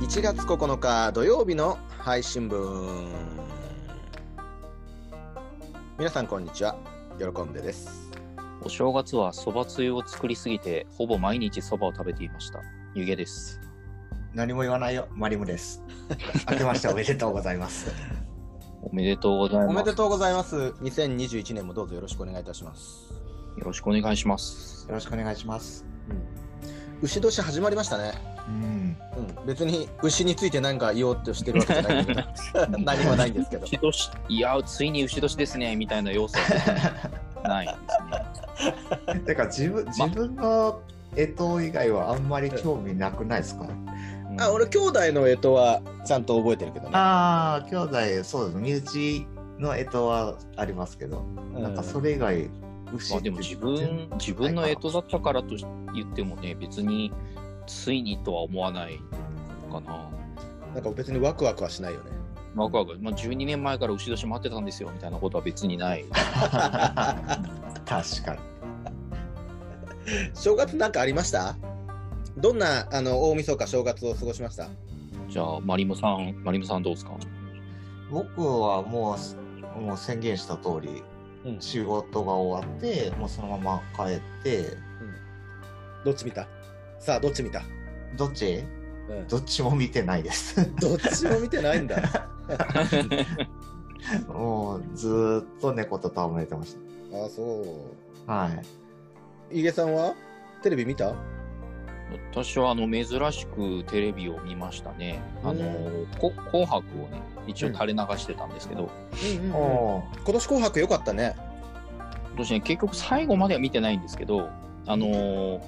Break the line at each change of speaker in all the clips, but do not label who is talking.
7月9日土曜日の配信分皆さんこんにちは喜んでです
お正月はそばつゆを作りすぎて、ほぼ毎日そばを食べていました。湯気です。
何も言わないよ、マリムです。明けましておめでとうございます。
おめでとうござい
お
ま
め
す。
で
よ
とうございます2021年もどうぞよろしくお願いいたします、
ろしくお願いします。
よろしくお願いします。
うん、牛年始まりましたね、
うん。
うん、別に牛について何か言おうとしてるわけじゃないんだけ ど何もないんですけど
牛年、いや、ついに牛年ですね、みたいな要素 はないですね。
てか、自分、自分のえと以外はあんまり興味なくないですか
うん
あ俺兄弟の干支はちゃんと覚えてるけどね
ああ、兄弟、そうです。身内のえとはありますけど、
うん
なんかそれ以外、牛
ま
っ
あ、で
て
も自分、自分の干支だったからと言ってもね、別についにとは思わないかな。
なんか別にワクワクはしないよね
ワクワク、まあ、12年前から牛年待ってたんですよ、みたいなことは別にない。
確かに。
正月なんかありましたどんなあの大晦日正月を過ごしました
じゃあ、マリムさん、マリムさんどうですか
僕はもう、もう宣言した通り、
うん
仕事が終わって、もうそのまま帰って、
どっち見たさあどっち見た、
どっち
うん、
どっちも見てないです。
どっちも見てないん だ
もうずーっと猫と戯れてまし
あそ
た。はい。
う井出さんはテレビ見た
私はあの珍しくテレビを見ましたね。あの
う
こ紅白をね、一応垂れ流してたんですけど、
今
お
年紅白良かったね
今年ね、結局最後までは見てないんですけど、あのー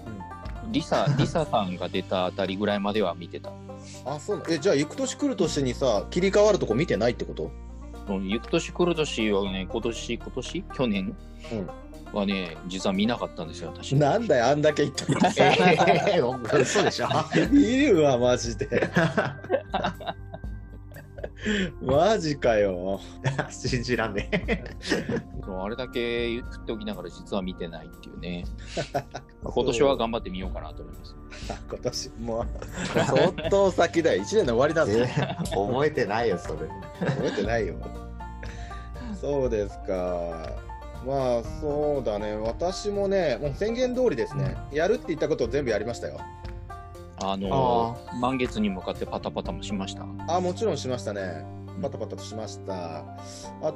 リ サ、リサさんが出たあたりぐらいまでは見てた。
あそうなえじゃあ行く年来る年にさ切り替わるとこ見てないってこと
そのゆく年来る年はね、今年、今年去年、はね、実は見なかったんですよ、私。
なんだよあんだけ言ったのに
ええー、嘘でしょ
見るわマジ でマジかよ
信じらんねえ。
そうあれだけ言っておきながら実は見てないっていう ね。今年は頑張ってみようかなと思います。
今年もう相当先だよ1年の終わりだぞ
えー覚えてないよ、それ。
覚えてないよそうですかまあそうだね私もねもう宣言通りですねやるって言ったことを全部やりましたよ
あのー満月に向かってパタパタもしました。
あもちろんしましたねパタパタとしましたあ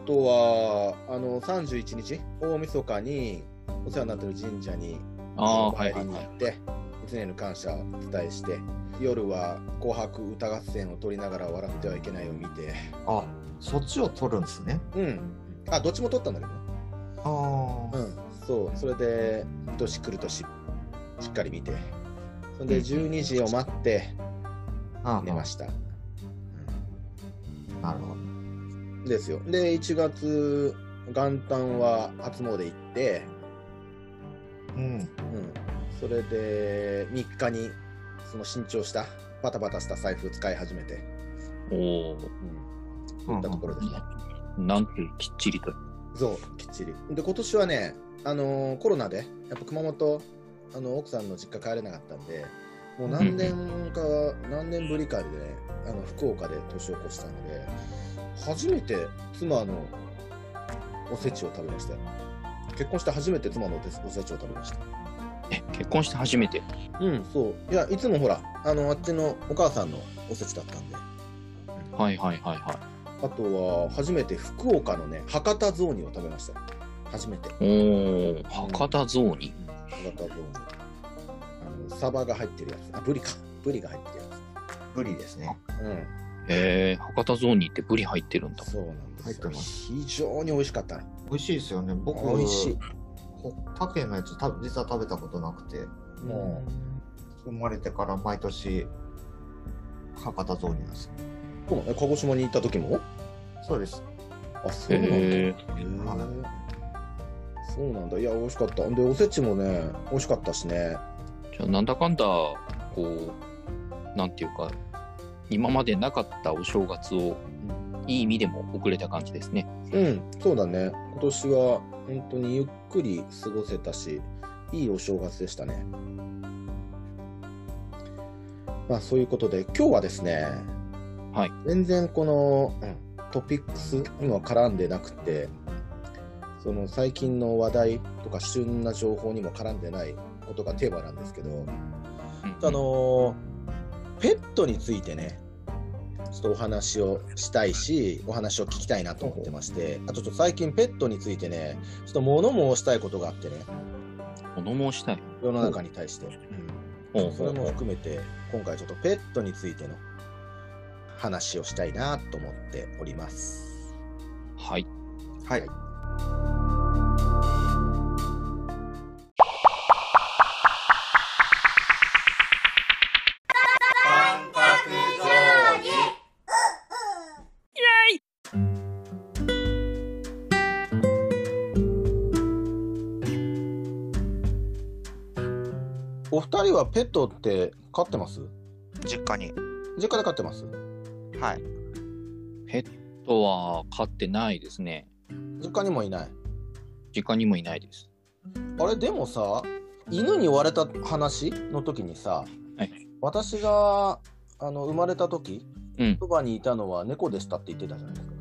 とはあの31日大晦日にお世話になってる神社に
あ
お
あー、はい
参
は
り
い
に
は
行
い。
って一年の感謝をお伝えして夜は「紅白歌合戦」を撮りながら「笑ってはいけない」を見て
あ、そっちを取るんですね。
うんあどっちも撮ったんだけどね
ああ
う。ん、そう、それで、年来る年、しっかり見て、それで12時を待って
あ
寝ました。
あ、なるほど。
ですよ。で、1月、元旦は初詣行って、
うん。
うん、それで3日に、その新調した、バタバタした財布使い始めて、
おお。
うん、行ったところですね。
なんてきっちりと。
そう、きっちり。で、今年はね、あのーコロナで、やっぱ熊本、あの奥さんの実家帰れなかったんで、もう何年か、何年ぶりかで、ね、あの福岡で年を越したので、初めて妻のおせちを食べましたよ。結婚して初めて妻のおせおせちを食べました。
え、結婚して初めて。
うん、そう。いや、いつもほら、あの、あっちのお母さんのおせちだったんで、
はいはいはいは
あとは、初めて福岡のね、博多雑煮を食べましたよ。初めて。
い。おお。博多雑煮。
博多丼あのサバが入ってるやつあブリかブリが入ってるや
ブリですね。
つうん
へえ、博多雑煮ってブリ入ってるんだ。
そうなんで
入っ
す
て
よ
ま
非常に美味しかった
美味しいですよね。僕、
美味しい。
他県のやつ、た実は食べたことなくて、もう、生まれてから毎年、博多雑煮なんですよ。
そうなの鹿児島に行った時も
そうです。
あそうなんだへ
へえ。
ーそうなんだいや美味しかったんでおせちもね美味しかったしね
じゃあなんだかんだこうなんていうか今までなかったお正月をいい意味でも遅れた感じですね。
うんそうだね今年は本当にゆっくり過ごせたしいいお正月でしたねまあそういうことで、今日はですね、
はい、
全然この、うんトピックスには絡んでなくて、その最近の話題とか旬な情報にも絡んでないことがテーマなんですけど、あのーペットについてね、ちょっとお話をしたいし、お話を聞きたいなと思ってまして、あとちょっと最近ペットについてね、ちょっと物申したいことがあってね、
物申したい。
世の中に対して。うん
おう
それも含めて、今回ちょっとペットについての話をしたいなと思っております。
はい。
はい。
お二人はペットって飼ってます
実家に。
実家で飼ってます
はい。
あとは飼ってないですね。
実家にもいない。
実家にもいないです。
あれ、でもさ、犬に追われた話の時にさ、
はい
私があの生まれた時、
うん
そばにいたのは猫でしたって言ってたじゃないですか。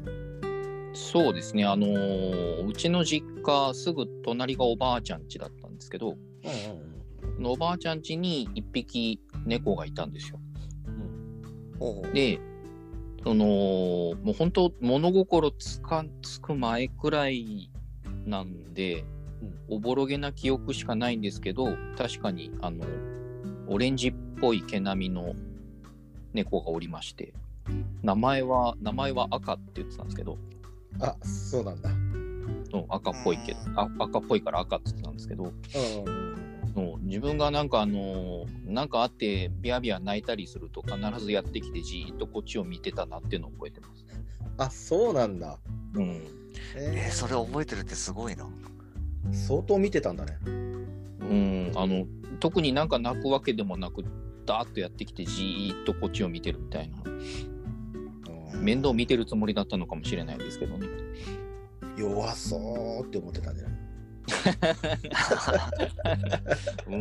そうですね。あのーうちの実家、すぐ隣がおばあちゃん家だったんですけど、
うんうん
そのおばあちゃん家に1匹猫がいたんですよ。
おう
で、その、もう本当物心つか、つく前くらいなんで、おぼろげな記憶しかないんですけど、確かに、あの、オレンジっぽい毛並みの猫がおりまして、名前は、名前は赤って言ってたんですけど、
うん。あ、そうなんだ。
うん赤っぽいけど、あ赤っぽいから赤って言ってたんですけど、
うんうんうん。
うん自分がなんかあのーなんかあってビャビャ泣いたりすると必ずやってきてじーっとこっちを見てたなっていうのを覚えてます。
あ、そうなんだ。
うん、
え
えーそれ覚えてるってすごいな。
ー相当見てたんだね。
うん、あの特になんか泣くわけでもなくダーッとやってきてじーっとこっちを見てるみたいな
うん
面倒見てるつもりだったのかもしれないですけどね。
弱そうって思ってたんじゃない
う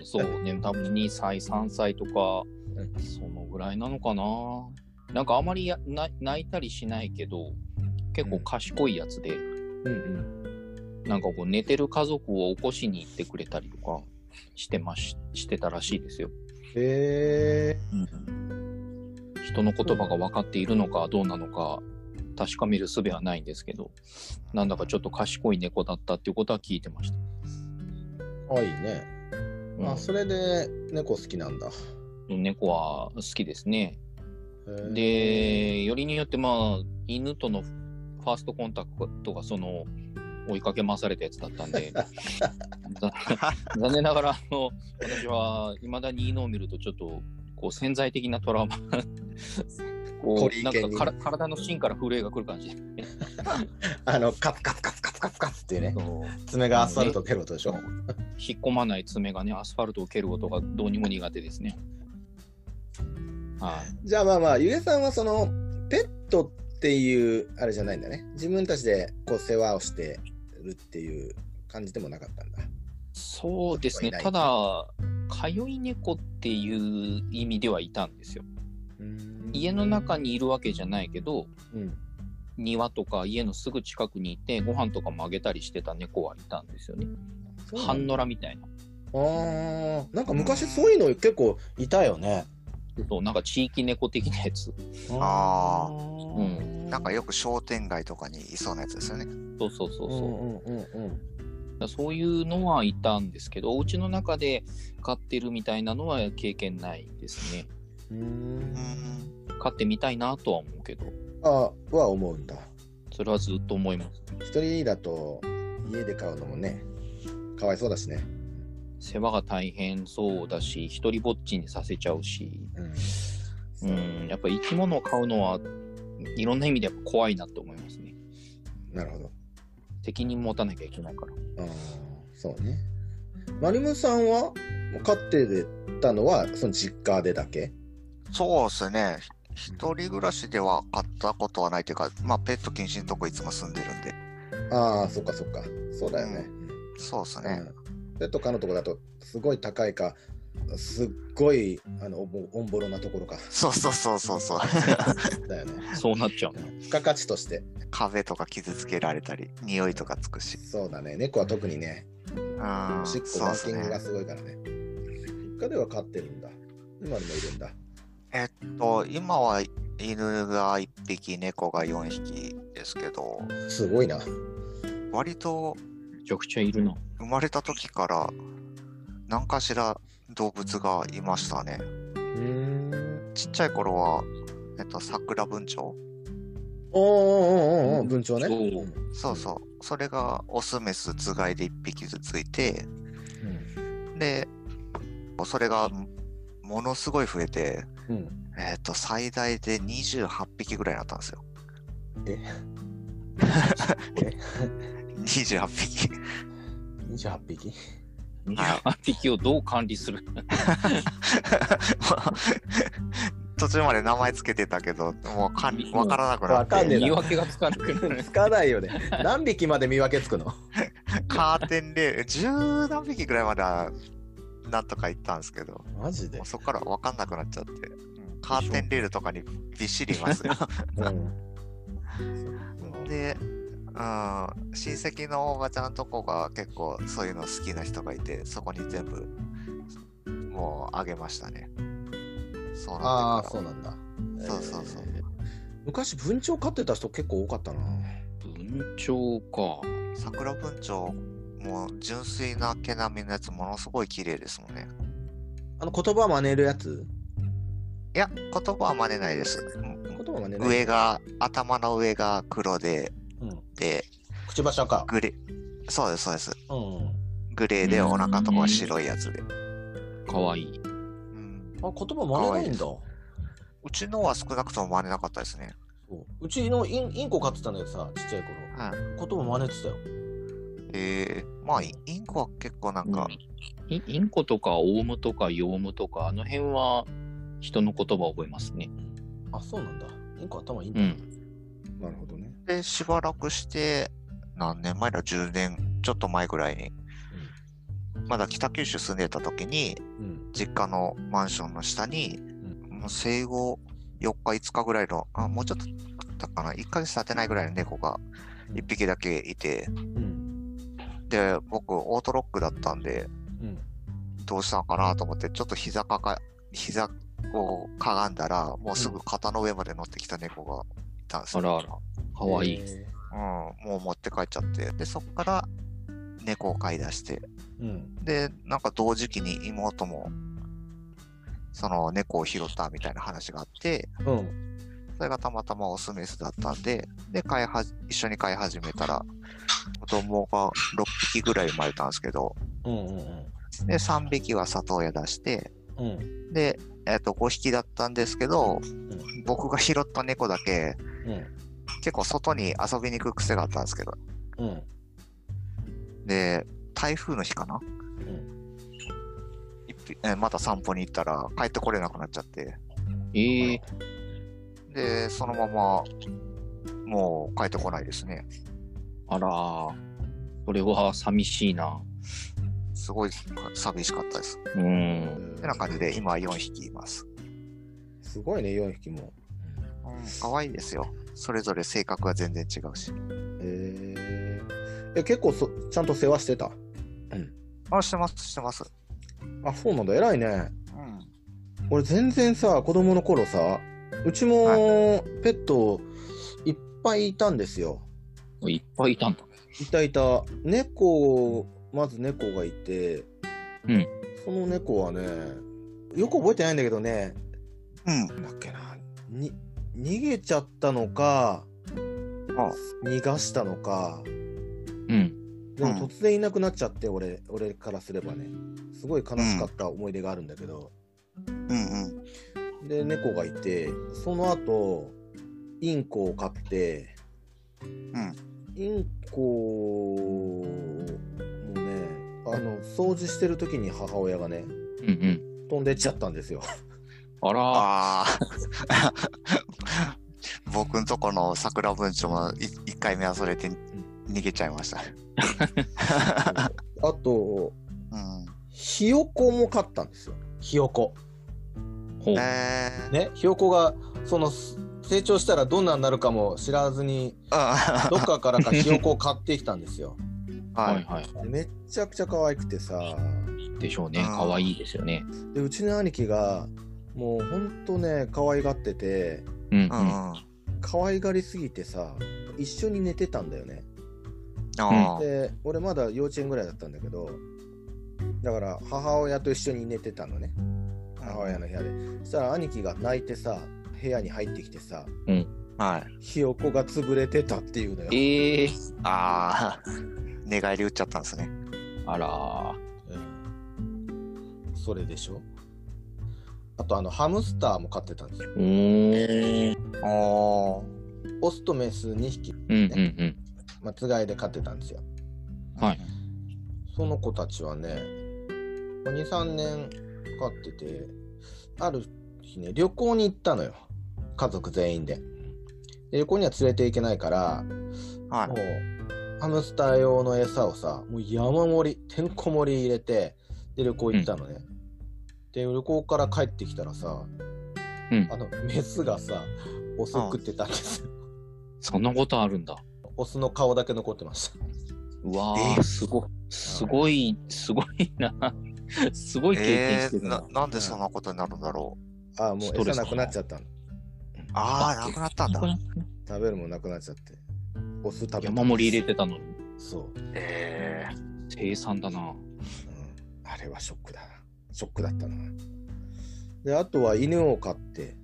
んそうね多分2歳3歳とか
う
そのぐらいなのかな。なんかあまりやな泣いたりしないけど結構賢いやつで。
うん
なんかこう寝てる家族を起こしに行ってくれたりとかしてまししてたらしいですよ。
え
人の言葉が分かっているのかどうなのか確かめる術はないんですけど、なんだかちょっと賢い猫だったっていうことは聞いてました。
ー、かわいいね。
う
あ、
ん
それで猫好きなんだ。
猫は好きですね。
へー、
で、よりによってまあ、犬とのファーストコンタクトがその、追いかけ回されたやつだった んで、ざ残念ながら、あの、私は、いまだに犬を見ると、ちょっと、こう、潜在的なトラ ウマ、こ
鳥
う、
居
なん
犬
か
に
から体の芯から震えが来る感じ。
あのカツカツカツカツカツカツっていうね、
そう
爪がアスファルト蹴る音でしょ。
引っ込まない爪がね、アスファルトを蹴る音がどうにも苦手ですね。はい。
じゃあまあまあ、ゆげさんはそのペットっていうあれじゃないんだね。自分たちでこう世話をしてるっていう感じでもなかったんだ。
そうですね、
ちょ
た
っとい
だ、通い猫っていう意味ではいたんですよ。家の中にいるわけじゃないけど、
うん。
庭とか家のすぐ近くにいて、ご飯とかもあげたりしてた猫はいたんですよね。半野良みたいな。
あーなんか昔そういうの結構いたよね。
そうなんか地域猫的なやつ。
ああ
ー
う
なんかよく商店街とかにいそうなやつですよね。
そうそうそ
う
うそう。
んうんうんうん。
だからそういうのはいたんですけど、お家の中で飼ってるみたいなのは経験ないですね。
う
うんん。
飼ってみたいなとは思うけど、
あは思うんだ。
それはずっと思います。
一人だと家で飼うのもね、かわいそうだしね。
世話が大変そうだし、一人ぼっちにさせちゃうし、
うん。
うん、やっぱ生き物を飼うのはいろんな意味でやっぱ怖いなって思いますね。
なるほど。
責任持たなきゃいけないから。
ああ、そうね。マリムさんは飼ってたのはその実家でだけ
そうですね。ひ一人暮らしでは買ったことはないというか、まあペット禁止のとこいつも住んでるんで。
ああ、そっかそっか。そうだよね。
そうです
う
ね。
ん。ペット可のとこだとすごい高いか、すっごいあのおぼおんぼろなところか
そうそうそうそうそう。
だよね
そうなっちゃうね。
付加価値として
壁とか傷つけられたり、匂いとかつくし。
そうだね猫は特にね
うん、
おしっこ
そう
ラン
で
キ
す
ングが
ね。
すごいからね一家では飼ってるんだ今でもいるんだ
と今は犬が1匹、猫が4匹ですけど、
すごいな
割と
めちゃくちゃいるな。
生まれた時から何かしら動物がいましたね。
うん
ちっちゃい頃は、えっと、桜文鳥
おーおーおーおー文鳥ね
そ
う
う
そうそう。それがオス、メス、つがいで1匹ずついて、で、それがものすごい増えて、
んうん
えっ、と、最大で28匹ぐらいになったんですよ。
え
28匹。
28匹
28匹をどう管理する
途中まで名前つけてたけど、もうかんわからなくな
わか
っ
んねえな
て、
言い訳がつかなくな る
つ。かないよね何匹まで見分けつくの
カーテンで10何匹ぐらいまではなんとか行ったんですけど、
マジで
もうそこからわかんなくなっちゃって、うんカーテンレールとかにびっしりいますよ。
うん
で、うん、親戚のおばちゃんとこが結構そういうの好きな人がいて、そこに全部もうあげましたね。そう
あ
なっ
あ
てか
そうなんだ
ら。そうそうそう。
えー昔文鳥飼ってた人結構多かったな
文鳥か。
桜文鳥もう純粋な毛並みのやつものすごい綺麗ですもんね。
あの言葉真似るやつ
いや、言葉は真似ないです。
言葉真似ない
上が、頭の上が黒で、
うん
で、
くちばし赤
グレ、そうです、そうです。
うん
グレーでお腹のとこは白いやつで。
かわいい。
うん
あ、言葉真似ないんだ。
うちのは少なくとも真似なかったですね。
そううちのインインコ飼ってたんだけどさ、ちっちゃい
はい。
頃。言葉真似てたよ。
えー、まあ、イインコは結構なんか、
イインコとかオウムとかヨウムとか、あの辺は人の言葉を覚えますね。
あ、そうなんだ。インコ頭いいん
う
だ。
ん。
なるほどね。
で、しばらくして、何年前だ、10年ちょっと前ぐらいに、まだ北九州住んでた時に、
うん。
実家のマンションの下に、もう生後4日、5日ぐらいの、あ、もうちょっとだったかな、1ヶ月経ってないぐらいの猫が1匹だけいて、
うん。
で、僕、オートロックだったんで、
うん。
どうしたのかなと思って、ちょっと膝かか、膝をかがんだら、もうすぐ肩の上まで乗ってきた猫がいたんです
あ
よ。
らあら。かわいい。
え
うん、もう持って帰っちゃって。で、そっから猫を飼い出して。
ーうん。
で、なんか同時期に妹も、その猫を拾ったみたいな話があって、
うん。
それがたまたまオスメスだったんで、で、飼いはじ、一緒に飼い始めたら、子供が6匹ぐらい生まれたんですけど、
うん。うん。
で、3匹は里親出して、
うん。うん。
で、えっ、と、5匹だったんですけど、僕が拾った猫だけ、結構外に遊びに行く癖があったんですけど、
うん。うん。
で、台風の日かな、一匹えーまた散歩に行ったら帰ってこれなくなっちゃって、
ええ
で、そのまま、もう帰ってこないですね。
あらー。これは寂しいな。
すごい寂しかったです。
うん。
てな感じで、今4匹います。
すごいね、4匹も。
うん、可愛いですよ。それぞれ性格が全然違うし。
えー、え結構そちゃんと世話してた。
あ、してます、してます。
あ、そうなんだ。偉いね。
うん。
俺全然さ子供の頃さうちも
は
ペットいっぱいいたんですよ
いっぱいいたんだ。
いたいた猫まず猫がいて、
うん
その猫はねよく覚えてないんだけどね
うん。
なんだっけなに逃げちゃったのか
あ
逃がしたのか
うん。
でも
うん
突然いなくなっちゃって俺俺からすればねすごい悲しかった思い出があるんだけど、
うんうん。
で猫がいてその後インコを飼って、
ん
インコのねあの掃除してる時に母親がね
うんうん。
飛んでっちゃったん ですよ
あらー。
ああ。 僕んとこの桜文鳥もい一回目はそれで逃げちゃいました。
あと
うん。
ひよこも買ったんですよ。
ひよこ。
ほう
えー、
ね、ひよこが、その、す成長したらどんなになるかも知らず に、
あ
どっかからかひよこを買ってきたんですよ。
は
はい
い。
はい。
めっちゃくちゃ可愛くてさ。
でしょうね。
あー
可愛いですよね。
で、うちの兄貴が、もうほんとね、可愛がってて、
うん、う。
うんん。
可愛がりすぎてさ、一緒に寝てたんだよね。
あー
で、俺まだ幼稚園ぐらいだったんだけど、だから母親と一緒に寝てたのね。母親の部屋で。そしたら兄貴が泣いてさ、部屋に入ってきてさ、
はい。
ひよこが潰れてたっていうのよ。
ええ
ああ、 寝返り打っちゃったんですね。
あら
うん
それでしょあとあのハムスターも飼ってたんですよ
ー。おー。
おー。
オスとメス2匹、
うんうんうん。
まあ、つがいで飼ってたんですよ
はい。
その子たちはね23年飼っててある日ね旅行に行ったのよ家族全員でで旅行には連れて行けないから
は
も
い。
うハムスター用の餌をさもう山盛りてんこ盛り入れてで旅行行ったのね、で旅行から帰ってきたらさ、
うん
あのメスがさオス食ってたんですよ
そんなことあるんだ。
オスの顔だけ残ってました。
うわ
え
ー、すごい。すごい、すごいな。 すごい経験
え
して
ー、
るな。
ななんでそんなことになるんだろう。
ああ、も
ス
う
トレス
餌なくなっちゃったの。
ああ、なくなったんだ。
食べるもんなくなっちゃって。オス食べた
山盛り入れてたのに。
そう、
ええ
生産だな。
うんあれはショックだな。ショックだったな。で、あとは犬を飼って、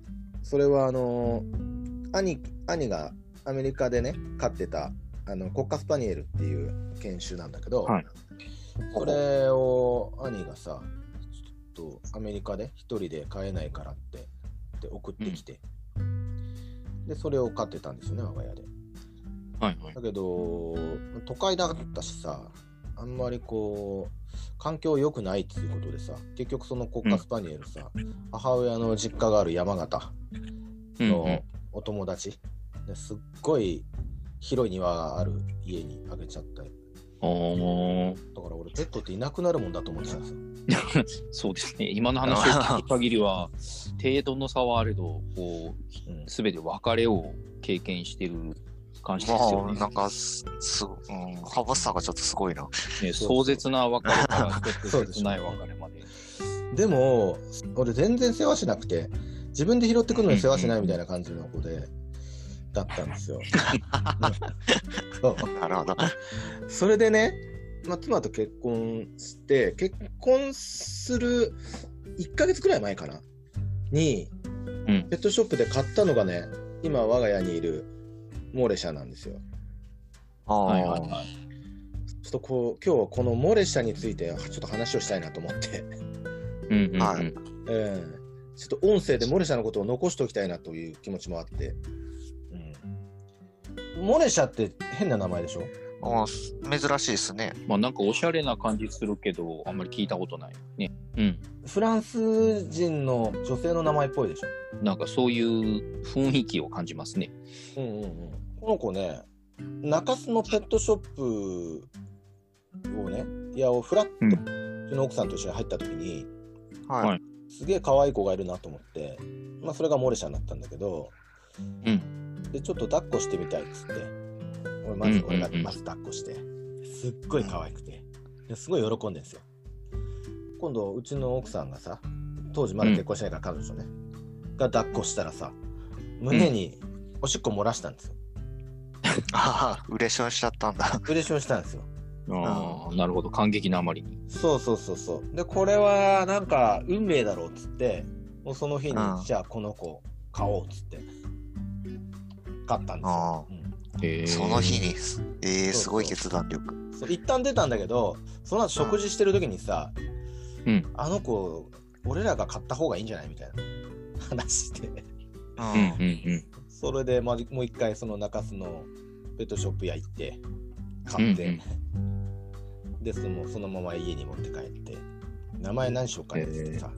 それはあのー兄、兄がアメリカでね、飼ってた、あの、コッカスパニエルっていう犬種なんだけど、
はい
これを兄がさ、ちょっとアメリカで一人で飼えないからって、で送ってきて、で、それを飼ってたんですよね、我が家で。
はいはい。
だけど都会だったしさあんまりこう環境良くないっていうことでさ結局その国家スパニエルさ、母親の実家がある山形
うんう
の
ん
お友達、ですっごい広い庭がある家にあげちゃっただか
おー
ら俺ペットっていなくなるもんだと思ってたんですよ
そうですね。今の話を聞く限りは、程度の差はあれど、こ
うん
う、すべて別れを経験してる感じですよ
まあ、
ね。
なんかす、すご、うん、ハブスターがちょっとすごいな。
ね
そう
壮絶な別れから、ちょっと
そうでしょ
切ない別れまで。
でも俺全然世話しなくて自分で拾ってくるのに世話しないみたいな感じの子で、だったん ですよ、うんそう
なるほど。
それでね、まあ、妻と結婚して、結婚する1ヶ月くらい前かな、に、
うん
ペットショップで買ったのがね、今我が家にいるモーレ社なんですよ。
ああ、
はいはいはい。
ちょっとこう、今日はこのモーレ社についてちょっと話をしたいなと思って、
うんうんうん
はい
ええちょっと音声でモレシャのことを残しておきたいなという気持ちもあって、うん、モレシャって変な名前でしょ
もう珍しいですね。
まあなんかおしゃれな感じするけど、あんまり聞いたことないね。うん。
フランス人の女性の名前っぽいでしょ
なんかそういう雰囲気を感じますね。
うんうんうん、この子ね中洲のペットショップをねいやをフラッと、う
うん
ちの奥さんと一緒に入った時に
はい。
はい
すげえ可愛い子がいるなと思って、まあ、それがモレシャになったんだけど
うん。
でちょっと抱っこしてみたいっつって俺まず俺が
うんうんうん
まず抱っこしてすっごい可愛くてですごい喜んでんですよ今度うちの奥さんがさ当時まだ結婚してないから彼女ね、が抱っこしたらさ胸におしっこ漏らしたんですよ
ああ、嬉しそうにしちゃったんだ。
プレッションしたんですよ
ああ、なるほど。感激のあまりに。
そうそうそうそう。で、これはなんか運命だろうっつって、もうその日に
うん、
じゃあこの子買おうっつって、買ったんですよ。
へー
その日。に。ええすごい
そう
決断力。
うんそう一旦出たんだけど、その後食事してる時にさ、
うん
あの子、俺らが買った方がいいんじゃないみたいな話して、
う
うんうん
ん。
うん。
それでまじもう一回その中洲のペットショップ屋行って、買って、
うん
でその、そのまま家に持って帰って、名前何しようかねっつってさ、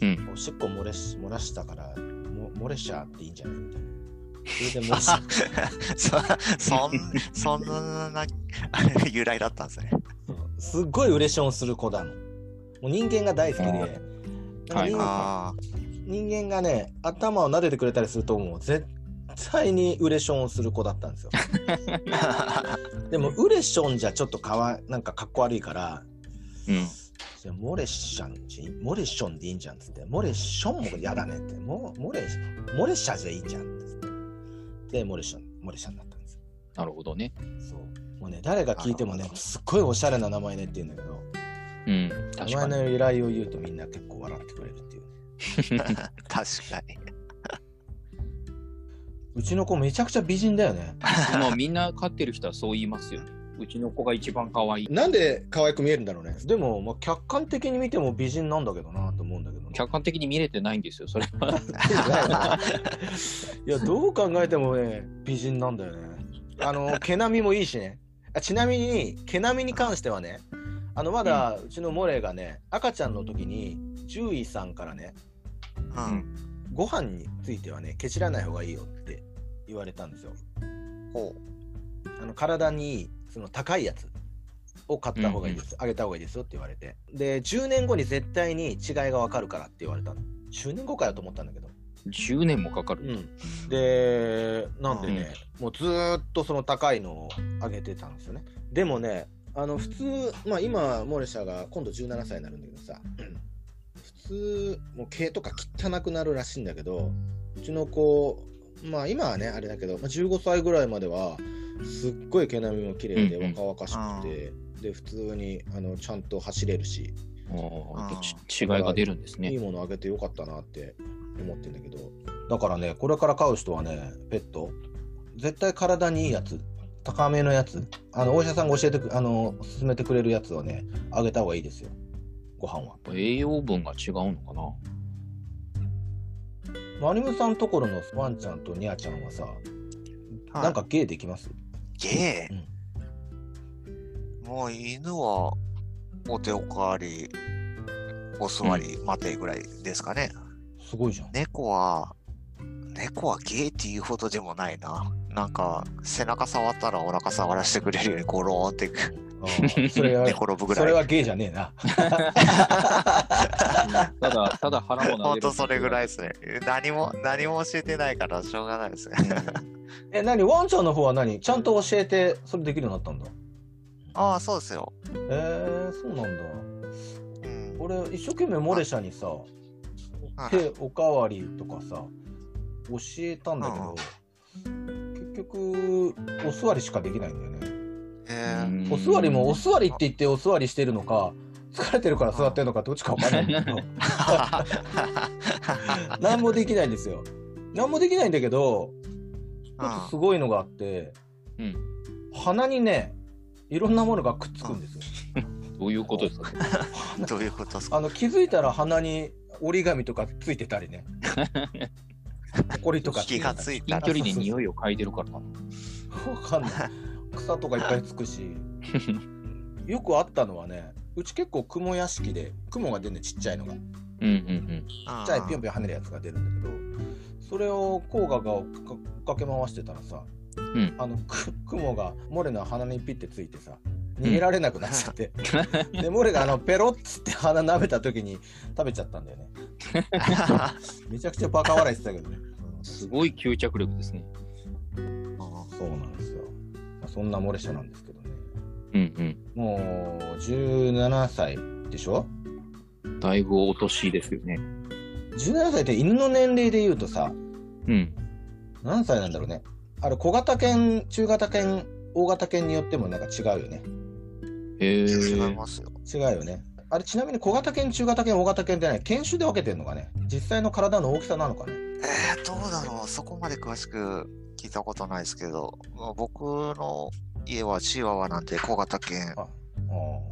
うん。
おしっこ漏れし漏らしたからも漏れしちゃっていいんじゃない みたいな。それで漏れし
そそん、そんな、由来だったんですね。
そうすっごいウレションする子だの。もう人間が大好きで、
うんはい
人
あ
人間がね頭を撫でてくれたりするともう絶対にウレションをする子だったんです よ
あ。
でもウレションじゃちょっとかわなんかかっこ悪いから
うん。
じゃあモレシャンじモレションでいいんじゃんっつってモレションも嫌だねってモモレモレシャじゃいいじゃんっつってでモレションモレシャンだったんですよ
なるほどね。
そうもうね誰が聞いても
なる
ね
ほど
すっごいおしゃれな名前ねって言うんだけど
うん。確
名
か
前
に。
の由来を言うとみんな結構笑ってくれるっていう
確かに。
うちの子めちゃくちゃ美人だよね
もうみんな飼ってる人はそう言いますよ。うちの子が一番可愛い。
なんで可愛く見えるんだろうね。
でも、まあ、客観的に見ても美人なんだけどなと思うんだけどね、
客観的に見れてないんですよ、それは。
いやどう考えてもね美人なんだよねあの毛並みもいいしねあちなみに毛並みに関してはねあのまだうちのモレがね赤ちゃんの時に獣医さんからね
うん。
ご飯についてはねケチらない方がいいよって言われたんですよ
ほ
あの体にいいその高いやつを買った方がいいです、あげた方がいいですよって言われてで10年後に絶対に違いが分かるからって言われたの10年後かよと思ったんだけど
10年もかかる。
うん、でなんでね、もうずーっとその高いのを上げてたんですよね
でもね、あの普通、まあ今、モレシャが今度17歳になるんだけどさ、普通、もう毛とか汚くなるらしいんだけど、うちの子、まあ今はね、あれだけど、まあ、15歳ぐらいまでは、すっごい毛並みも綺麗で
うんうん
若々しくて、で、普通にあのちゃんと走れるし、
あー
あ
ち違いが出るんです
いい
ね。
ものあげてよかったなって思ってんだけど、
だからねこれから飼う人はねペット絶対体にいいやつ高めのやつあのお医者さんが教えてくあの勧めてくれるやつをねあげた方がいいですよご飯は
栄養分が違うのかな
マリムさんところのワンちゃんとニャーちゃんはさ、
う。はい
なんか芸できます
ゲー、もう犬はお手おかわり、お座り、待てぐらいですかね。
すごい じゃん
猫は、猫はゲーっていうほどでもないな。なんか背中触ったらお腹触らせてくれる ようにゴローンって
あーそれは
寝転ぶぐら
そ
い。
れは芸じゃねえな
ただ、ただ腹も撫
ほ
で
ん
る
とそれぐらいですね。何も、何も教えてないからしょうがないですね。
え何ワンちゃんの方は何ちゃんと教えてそれできるようになったんだ
ああ、そうですよ。
えー、そうなんだ
うん。
俺一生懸命モレシャにさ
はい
手おかわりとかさ教えたんだけど結局お座りしかできないんだよね
えー
お座りもお
押
座りって言ってお座りしてるのか疲れてるから座ってるのかどっちかわかんないんだけど何もできないんですよ何もできないんだけどちょっとすごいのがあって
うん
鼻にねいろんなものがくっつくんですよ
どういうことですか
うんどういうことですか
あの気づいたら鼻に折り紙とかついてたり ね。ほりとか
気がついた
近
ら
距離で匂いを嗅いでるからかな。
わかんない。草とかいっぱいつくし。よくあったのはね、うち結構雲屋敷で、雲が出るね、ちっちゃいのが。ち
うんうん
っちゃいぴょんぴょん跳ねるやつが出るんだけど、それを甲賀が追っかかけ回してたらさ、
ん
あのく雲がモレの鼻にピッてついてさ、逃げられなくなっちゃって、で、モレがあのペロッつって鼻舐めた時に食べちゃったんだよね。めちゃくちゃバカ笑いしてたけどね。
うん。すごい吸着力ですね。
そうなんですよ。まあそんなモレシャなんですけどね。
うん
もう17歳でしょ
うん。だいぶお年ですよね。
?17 歳って犬の年齢で言うとさ、
うん。
何歳なんだろうね。あれ、小型犬、中型犬、大型犬によってもなんか違うよね。
へえ。
違いますよ。
違うよね。あれ、ちなみに小型犬、中型犬、大型犬ってね、犬種で分けてんのかね。実際の体の大きさなのかね。
えー、どうだろうそこまで詳しく聞いたことないですけど、まあ僕の家はチワワなんて小型犬
ああ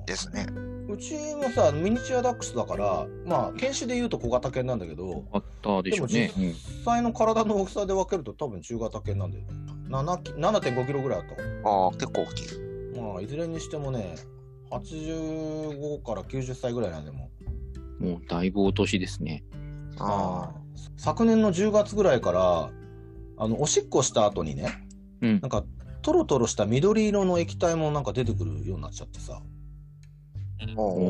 ですね。
ーうちもさ、ミニチュアダックスだから、まあ、犬種で言うと小型犬なんだけど、
あったで
で
しょ
も
うね。うん
実際の体の大きさで分けると多分中型犬なんだよね。7キ7.5キロぐらいあったかな
ああ、結構大きい。
まあいずれにしてもね85から90歳ぐらいなんでも
もうだいぶお年ですね。
あ
昨年の10月ぐらいからあのおしっこした後にね
うん
な。んかトロトロした緑色の液体もなんか出てくるようになっちゃってさ
あ、
お
も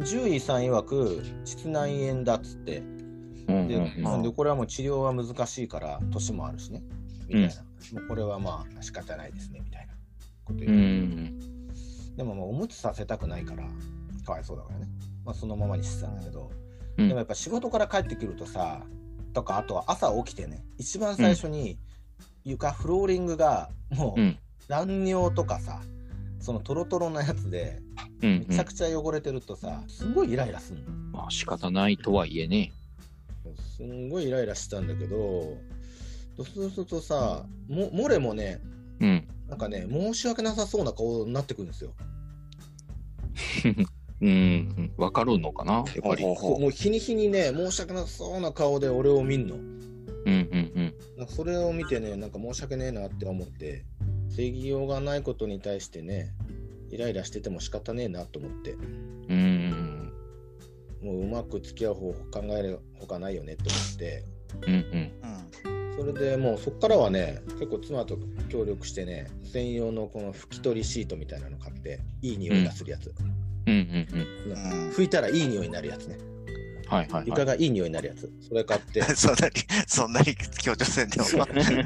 お。
獣医さん曰く室内炎だっつって
うん
で,、
うん
なんでこれはもう治療は難しいから年もあるしねみたいな、もうこれはまあ仕方ないですねみたいなこと言
う
う、
ん
でももうおむつさせたくないからかわいそうだからね、まあ、そのままにしてたんだけど、
うん
でもやっぱ仕事から帰ってくるとさとかあとは朝起きてね一番最初に床、フローリングがもう
うん
乱尿とかさそのトロトロなやつで
うんう
め
ん
ちゃくちゃ汚れてるとさすごいイライラすんの。
まあ仕方ないとはいえね
すんごいイライラしてたんだけど、そうするとさ、もモレもね、
うん
なんかね、申し訳なさそうな顔になってくるんですよ。
うんわかるのかなやっぱり
ほうほうほう
もう日に日にね、申し訳なさそうな顔で俺を見んの。
うんうん
なんかそれを見てね、なんか申し訳ねえなって思って、正義用がないことに対してね、イライラしてても仕方ねえなと思って、
うんうん
もううまく付き合う方法考えるほかないよねって思って、
うんうん
それでもうそこからはね、結構妻と協力してね、専用のこの拭き取りシートみたいなの買って、いい匂いがするやつ。
うんうんうん
うん。
拭いたらいい匂いになるやつね。
はいはいは
床
い
がいい匂いになるやつ。それ買って。い
そん なに、そんなに強調せんでも。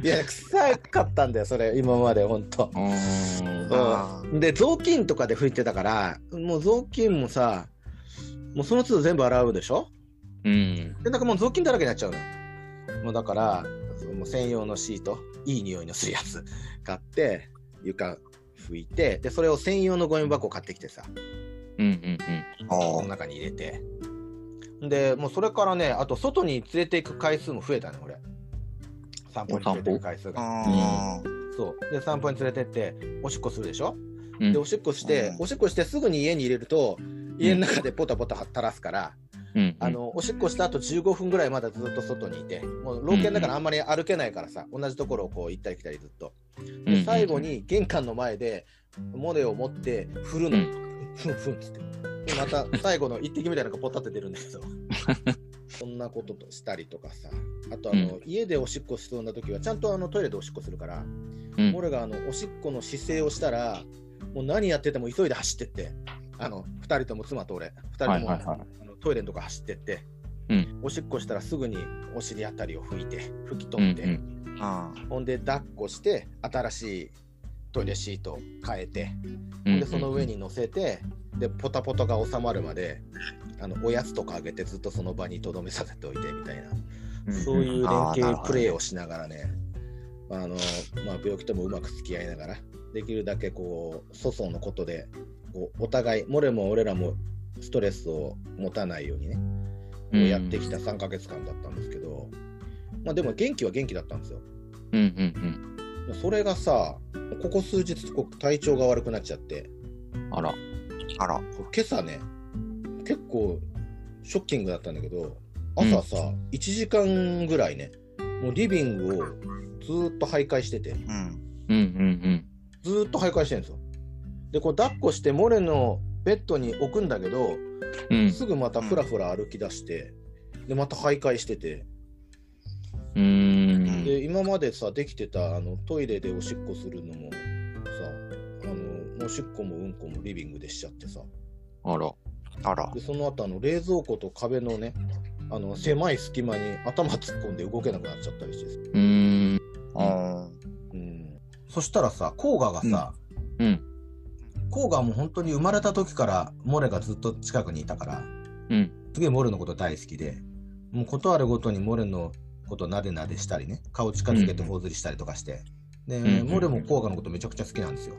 や、臭かったんだよ、それ、今まで、ほんと。
あー
あー
で、雑巾とかで拭いてたから、もう雑巾もさ、もうその都度全部洗うでしょ
うん
で、なんかもう雑巾だらけになっちゃうのよ。もうだから、そのもう専用のシート、いい匂いのするやつ買って、床拭いて、で、それを専用のゴミ箱買ってきてさ、
うんうん
こ
お
の
ー
中に入れて。で、もうそれからね、あと外に連れて行く回数も増えたね、俺。散歩に連れて行く回数
う
が。
ん。
そう。で、散歩に連れてって、おしっこするでしょ
うん
で、おしっこして、
うん
おしっこしてすぐに家に入れると、家の中でポタポタ垂らすから、
うんうん
あの、おしっこした後15分ぐらいまだずっと外にいて、もう老犬だからあんまり歩けないからさ、同じところをこう行ったり来たりずっと。
うんうんう
で、
ん
最後に玄関の前で、モネを持って振るの。ふんふんっつって。でまた最後の一滴みたいなのがポタって出るんだ けど。そんなこととしたりとかさ、あとあの、
う
家でおしっこしそうな時は、ちゃんとあのトイレでおしっこするから、
うん
モレがあのおしっこの姿勢をしたら、もう何やってても急いで走ってって、あの2人とも妻と俺、2人とも、
はいはいはい
あのトイレのとこ走ってって、
うん
おしっこしたらすぐにお尻あたりを拭いて、拭き取って、
うんうん
うん。
ほんで抱っこして、新しいトイレシートを変えて、
うんうん
でその上に乗せて、でポタポタが収まるまで、あのおやつとかあげて、ずっとその場にとどめさせておいてみたいな。そういう連携プレーをしながらね、あのまあ、病気ともうまく付き合いながら、できるだけこう粗相のことで、こうお互い、モレも俺らもストレスを持たないようにね、
うん
やってきた3ヶ月間だったんですけど、まあ、でも元気は元気だったんですよ。
うんうん
それがさ、ここ数日、こう体調が悪くなっちゃって、
うんあら
あら。
今朝ね、結構ショッキングだったんだけど、朝さ、1時間ぐらいね、もうリビングをずーっと徘徊してて、
うん。
うんうん
ずーっと徘徊してるんですよ。で、こう抱っこして、モレのベッドに置くんだけど、
うんうん
すぐまたふらふら歩き出して、で、また徘徊してて、
うーん
で、今までさ、できてたあのトイレでおしっこするのもさ、あのおしっこもうんこもリビングでしちゃってさ、
あら
あら。
でその後あの冷蔵庫と壁のねあの狭い隙間に頭突っ込んで動けなくなっちゃったりしてさ
うーん
うん。
うん
そしたらさ、甲賀がさ、
うんうん
甲賀はもう本当に生まれた時から、モレがずっと近くにいたから、
うん
すげえモレのこと大好きで、もうことあるごとにモレのことなでなでしたりね、顔近づけて頬ずりしたりとかして、
ん
で、
うん
モレも甲賀のことめちゃくちゃ好きなんですよ。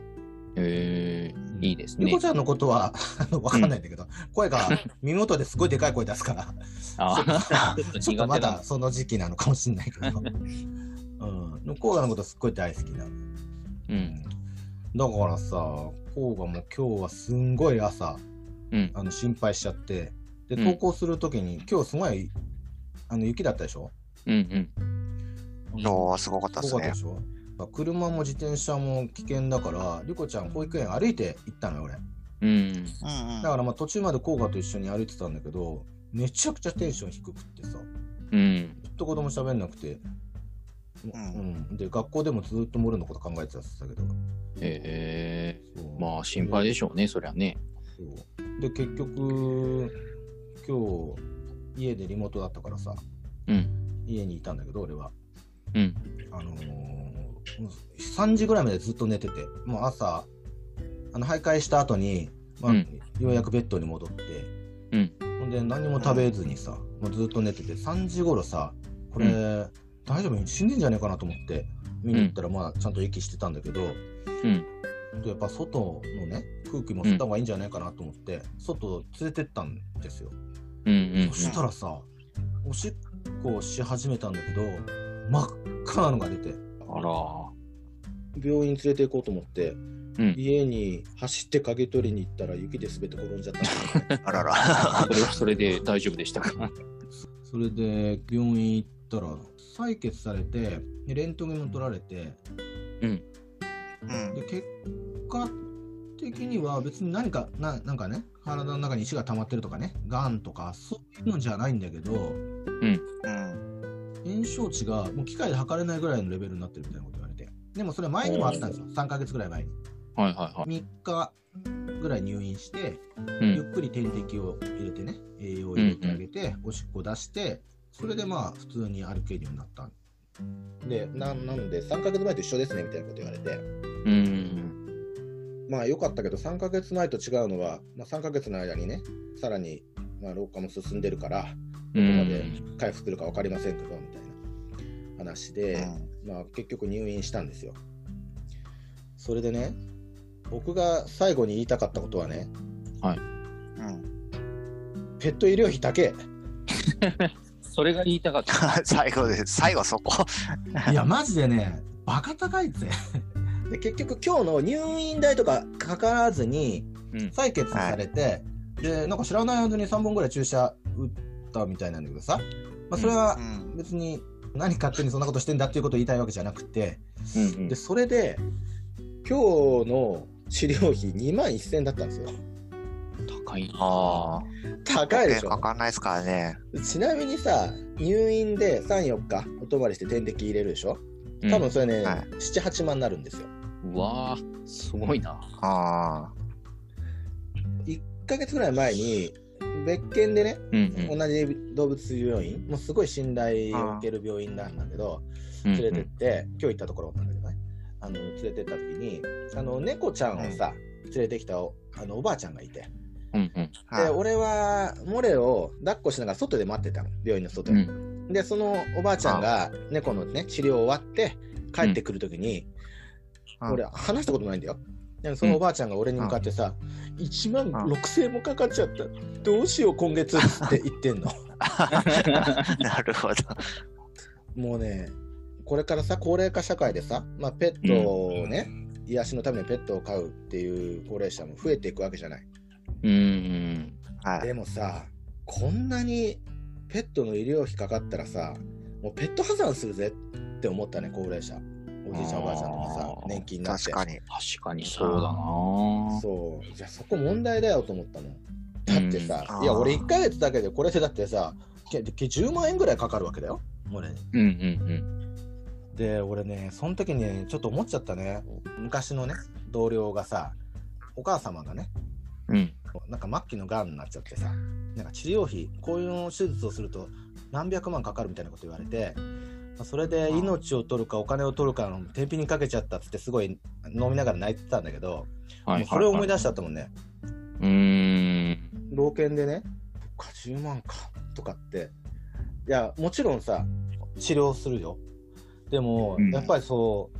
えー、いいです
リ
ね
コちゃんのことはあのわかんないんだけど、声が耳元ですごいでかい声出すから、
あー
ちょっと
苦手
ま
なん
だ
だ
その時期なのかもしれないけ ど、うん、でも甲賀のことすっごい大好きなの。
うん
だからさ、こうがもう今日はすんごい朝、
うん
あの心配しちゃって、で、
うん
登校するときに、今日すごいあの雪だったでしょ
うん
今日はすごかったです
すごかった
ね
で。しょ車も自転車も危険だから、リコちゃん保育園歩いて行ったのよ、俺。
うんうん
うんうん。
だからまあ途中まで甲賀と一緒に歩いてたんだけど、めちゃくちゃテンション低くってさ、ず
うん
っと子供喋んなくて、う
うん
ん、で、学校でもずっとモルのこと考えてたって言ってたけど、
え
そう
ー、まあ心配でしょうねそりゃね
そうで、結局、今日、家でリモートだったからさ、
うん。
家にいたんだけど、俺は。
うん。
あのーもう3時ぐらいまでずっと寝てて、もう朝、あの徘徊した後に、まあ
うん
ようやくベッドに戻って、
うん
ほんで何も食べずにさ、もうずっと寝てて、3時頃さ、これ、
う
大丈夫死んでんじゃねえかなと思って、見に行ったら、まあ、ちゃんと息してたんだけど、
うん。
やっぱ外のね、空気も吸った方がいいんじゃないかなと思って、外連れてったんですよ。
うん。うん
そ。したらさ、おしっこをし始めたんだけど、真っ赤なのが出て。
あら。
病院連れて行こうと思って、
うん
家に走って鍵取りに行ったら雪で滑って転んじゃったんだよね
あらら。
それはそれで大丈夫でしたか
それで病院行ったら採血されてでレントゲンも取られて
うん。
で結果的には別に何かななんかね体の中に石が溜まってるとかねがんとかそういうのじゃないんだけど
うん。
炎症値がもう機械で測れないぐらいのレベルになってるみたいなこと言われてでもそれ前にもあったんですよ3ヶ月ぐらい前に
はいはいは
3日ぐらい入院して
い。う
ゆっ
ん。
くり点滴を入れてね栄養を入れてあげておしっこ出してそれでまあ普通に歩けるようになった
でななんで3ヶ月前と一緒ですねみたいなこと言われて
うん。
まあ良かったけど3ヶ月前と違うのは、まあ、3ヶ月の間にねさらに、まあ、老化も進んでるから
う
どこまで
ん。
回復するか分かりませんけどみたいな話で、まあ、結局入院したんですよそれでね僕が最後に言いたかったことはね
うん。
ペット医療費だけ
それが言いたかった。
最後です。最後そこ。
いや、マジでね、バカ高いぜ。
で結局今日の入院代とかかからずに
うん。
採血されて、で、なんか知らない間に3本ぐらい注射打ったみたいなんだけどさ、まあ、それは
うん。
別に何勝手にそんなことしてんだっていうことを言いたいわけじゃなくて、
うん
で。それで今日の治療費2万1000円だったんですよ
高い。
ああ。
高いでし
か
ょ
かんないですからね。
ちなみにさ入院で34日お泊まりして点滴入れるでしょ多分それね、
はい
78万になるんですよ
うん。うわーすごいな。
あ
1ヶ月ぐらい前に別件でね
うん
同じ動物病院もうすごい信頼を受ける病院なんだけど
うん。
連れてって今日行ったところなんだけどねあの連れてった時にあの猫ちゃんをさ連れてきたおあのおばあちゃんがいて
うんうん。
あ。
で
はい
俺はモレを抱っこしながら外で待ってたの病院の外
う
で、
ん。
でそのおばあちゃんが猫のね治療終わって帰ってくる時に、
うん
俺話したことないんだよでもそのおばあちゃんが俺に向かってさ、1万6000円もかかっちゃったどうしよう今月って言ってんの
なるほど。
もうねこれからさ高齢化社会でさ、まあ、ペットをね、癒しのためにペットを飼うっていう高齢者も増えていくわけじゃない
うん。
はい。
でもさこんなにペットの医療費かかったらさもうペット破産するぜって思ったね高齢者おじいちゃんおばあちゃんとかさ
あー
年金になって
確かに。
確かにそうだな。
そうじゃあそこ問題だよと思ったのだってさ、
うん
いや
あー
俺1ヶ月だけでこれでだってさけけ10万円ぐらいかかるわけだよ俺
うんうん
で、俺ね、その時にちょっと思っちゃったね。昔のね、同僚がさ、お母様がね、
うん。うん。
なんか末期のがんになっちゃってさ、なんか治療費、こういう手術をすると何百万かかるみたいなこと言われて、まあそれで命を取るかお金を取るかの天秤にかけちゃったっつってすごい飲みながら泣いてたんだけど、
は
も
いう
それを思い
出
出しちゃったもんね。
うーん。
老犬でねそっか10万かとかっていやもちろんさ
治療するよ。でも、
うん
やっぱりそう、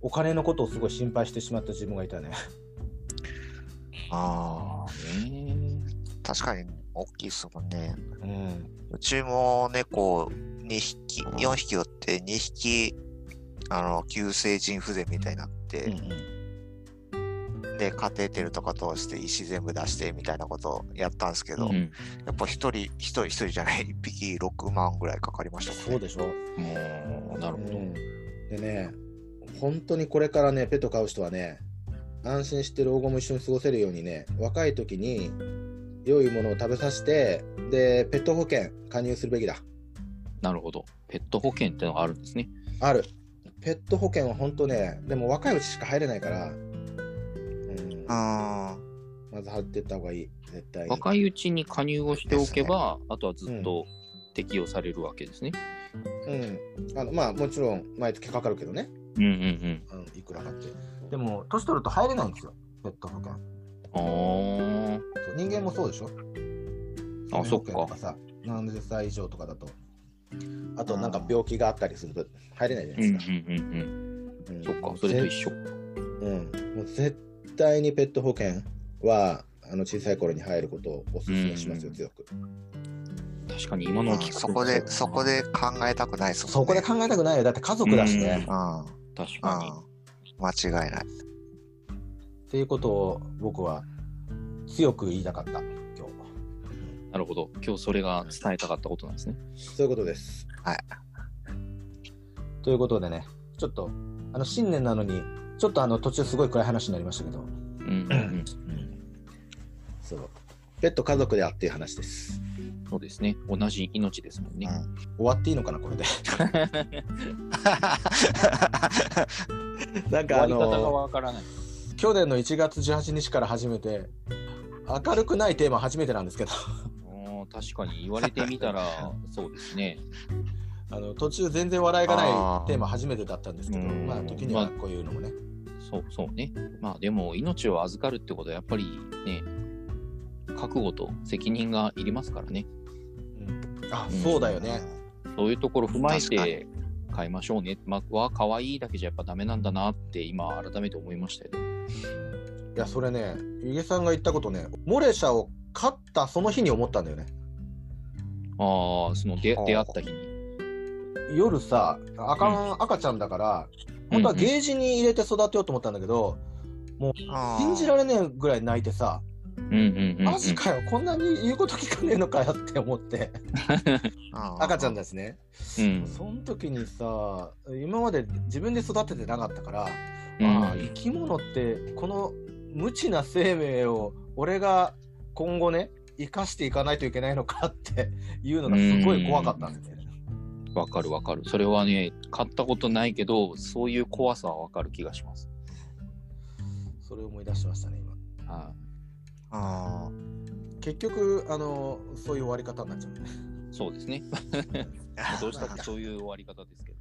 お金のことをすごい心配してしまった自分がいたね。
ああ。
ね
確かに大きいですもんね。
うん。
うちも猫2匹、4匹おって2匹、あの、急性腎不全みたいになって、
うんうん
で、カテーテルとか通して石全部出してみたいなことをやったんですけど、
う
や
ん。
っぱ1人、1人、1人じゃない、1匹6万ぐらいかかりましたもんね。
そうでしょ。
もうなるほど。
でね本当にこれからねペット飼う人はね安心して老後も一緒に過ごせるようにね若い時に良いものを食べさせてでペット保険加入するべきだ
なるほど。ペット保険ってのがあるんですね。
あるペット保険は本当ねでも若いうちしか入れないから、うん
うーん。
まず貼ってった方がいい。絶対に。
若いうちに加入をしておけば、あとはずっと適用されるわけですね。
うん。あの、まあ、もちろん、毎月かかるけどね。
うんうん
うん、いくらかって。
でも、年取ると入れないんですよ、ペット保険。
うん。ああ。
そう人間もそうでしょ
あそっ
生命
か
保険とさ、70歳以上とかだと。
あと、なんか病気があったりすると入れないじゃ
う
なん
う
い
ん
ですか。
うんうん。
うん
そっか、それと一緒。
うん、もう絶対にペット保険はあの小さい頃に入ることをお勧めしますよ、
うん
強く。
確かに今のを
うん
聞くと
そこで、そこで考えたくないですも
そ
んね。
こで考えたくないよ。だって家族だしね。
うん。うん。
確かに。
間違いな
っ
い。
ていうことを僕は強く言いたかった、今日。
なるほど。今日それが伝えたかったことなんですね。
そういうことです。
ということでね、ちょっと、あの、新年なのに、ちょっとあの、途中すごい暗い話になりましたけど、
うんうん うん。
そう。ペット家族であっていう話です。
そうですね。同じ命ですもんね。
終わっていいのかな、こ れで。なんか
終わ
あ
り方が
の、
わからない。
去年の1月18日から始めて、明るくないテーマ初めてなんですけど、
うん確かに言われてみたら、そうですね。
あの途中全然笑いがない
あー
テーマ初めてだったんですけど、
うん
まあ時にはこういうのもね、
そうそうね。まあでも命を預かるってことはやっぱりね、覚悟と責任がいりますからね。
あ
うん
そうだよね、
そういうところ踏まえ
確か
て買いましょうね。まあ、わ、可愛いだけじゃやっぱダメなんだなって今改めて思いましたよ。
いやそれねゆげさんが言ったことねモレシャを勝ったその日に思ったんだよね
ああ、その出
はあ
出会った日に。
夜さ赤,、赤ちゃんだから本当はゲージに入れて育てようと思ったんだけど、信じられねえぐらい泣いてさ、
うんうんうんうん。
マジかよこんなに言うこと聞かねえのかよって思 って赤ちゃん
だ。
ですね
うん。
その時にさ今まで自分で育ててなかったから、
うん
ああ生き物ってこの無知な生命を俺が今後ね生かしていかないといけないのかって いうのがすごい怖かったんですね。
わかるわかる。それはね、買ったことないけど、そういう怖さはわかる気がします。
それを思い出しましたね今
は
うん
結局あのそういう終わり方になっちゃうね。
い。そうですね。 どうしたってそういう終わり方ですけど。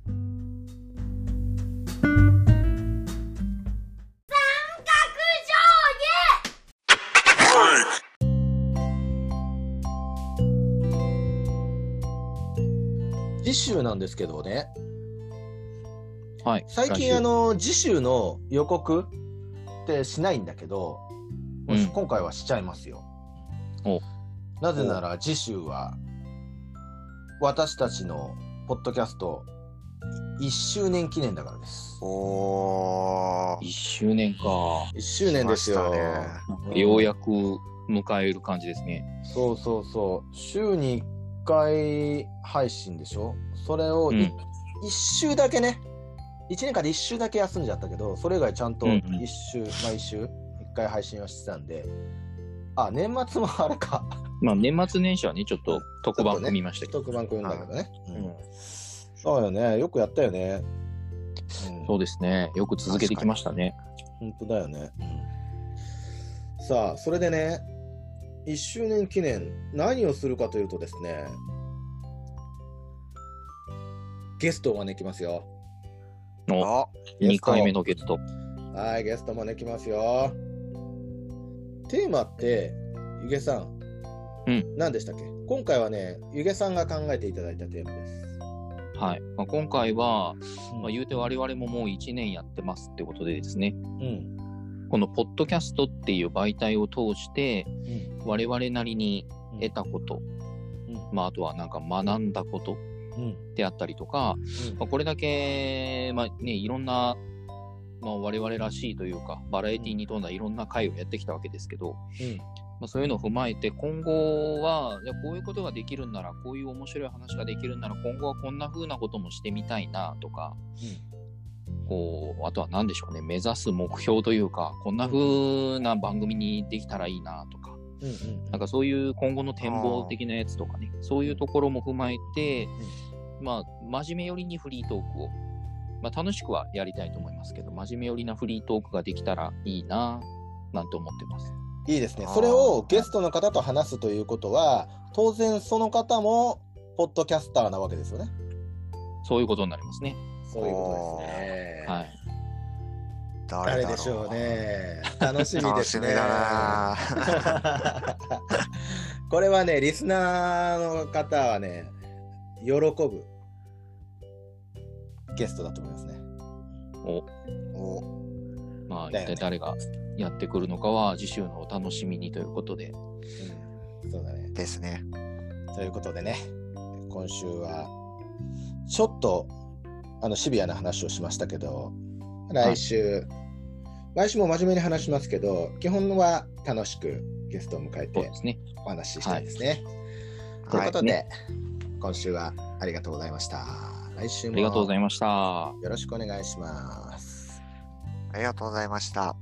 次週なんですけどね
はい。
最近あの次週の予告ってしないんだけど、
うん
今回はしちゃいますよ
お。
なぜなら次週は私たちのポッドキャスト1周年記念だからです。
おー
1周年か。
1周年ですよ。
来ましたね
うん
ようやく迎える感じですね。
そうそうそう。週に1回配信でしょそれを
う
い
ん
1、週だけね。1年間で1週だけ休んじゃったけど、それ以外ちゃんと
うんう
1
ん
週、毎週1回配信はしてたんで。あ、年末もあれか。
まあ年末年始はね、ちょっと特番組みましたけど。
特番組んだけどね。
う
うんん、
そうよね。よくやったよね。
そううですね。よく続けてきましたね。
ん、本当だよね。
さあ、それでね、1周年記念、何をするかというとですね、ゲストを招きますよ。
の
お
ゲ
2
スト
回目のゲスト。
はい、ゲスト招きますよ。テーマって、ゆげさん、
うん
何でしたっけ今回はね、ゆげさんが考えていただいたテーマです。
はい。まあ、今回は、
うん
まあ、言うて我々ももう1年やってますってことでですね。
うん。
このポッドキャストっていう媒体を通して、我々なりに得たこと、
うん
まあ、あとはなんか学んだこと
うん。
であったりとか、まあ、これだけ、まあね、いろんな、まあ、我々らしいというかバラエティに富んだいろんな回をやってきたわけですけど、
うん
まあ、そういうのを踏まえて今後はいやこういうことができるんならこういう面白い話ができるんなら今後はこんな風なこともしてみたいなとか、こうあとは何でしょうね目指す目標というかこんな風な番組にできたらいいなとか。
うん。うん。
なんかそういう今後の展望的なやつとかね、そういうところも踏まえて、まあ、真面目寄りにフリートークを、まあ、楽しくはやりたいと思いますけど、真面目寄りなフリートークができたらいいな、なんて思ってます。
いいですね。それをゲストの方と話すということは、当然その方もポッドキャスターなわけですよね。
そういうことになりますね。
そういうことですね。
はい。
誰でしょう。ね。楽しみで
楽
す
しみ
ね。
だな。
これはね、リスナーの方はね、喜ぶゲストだと思いますね。
お
まあ、
だ
一
よね
体誰がやってくるのかは、次週のお楽しみにということで。
うん、そうだね。
ですね。
ということでね、今週はちょっとあのシビアな話をしましたけど、来週、来週も真面目に話しますけど、基本は楽しくゲストを迎え
そう
て
ですね。
お話ししたいですね。という
は
こ
い。
とで、今週はありがとうございました。来週
あ
も
りがとうござ
よ
いました。
ろしくお願いします。
ありがとうございました。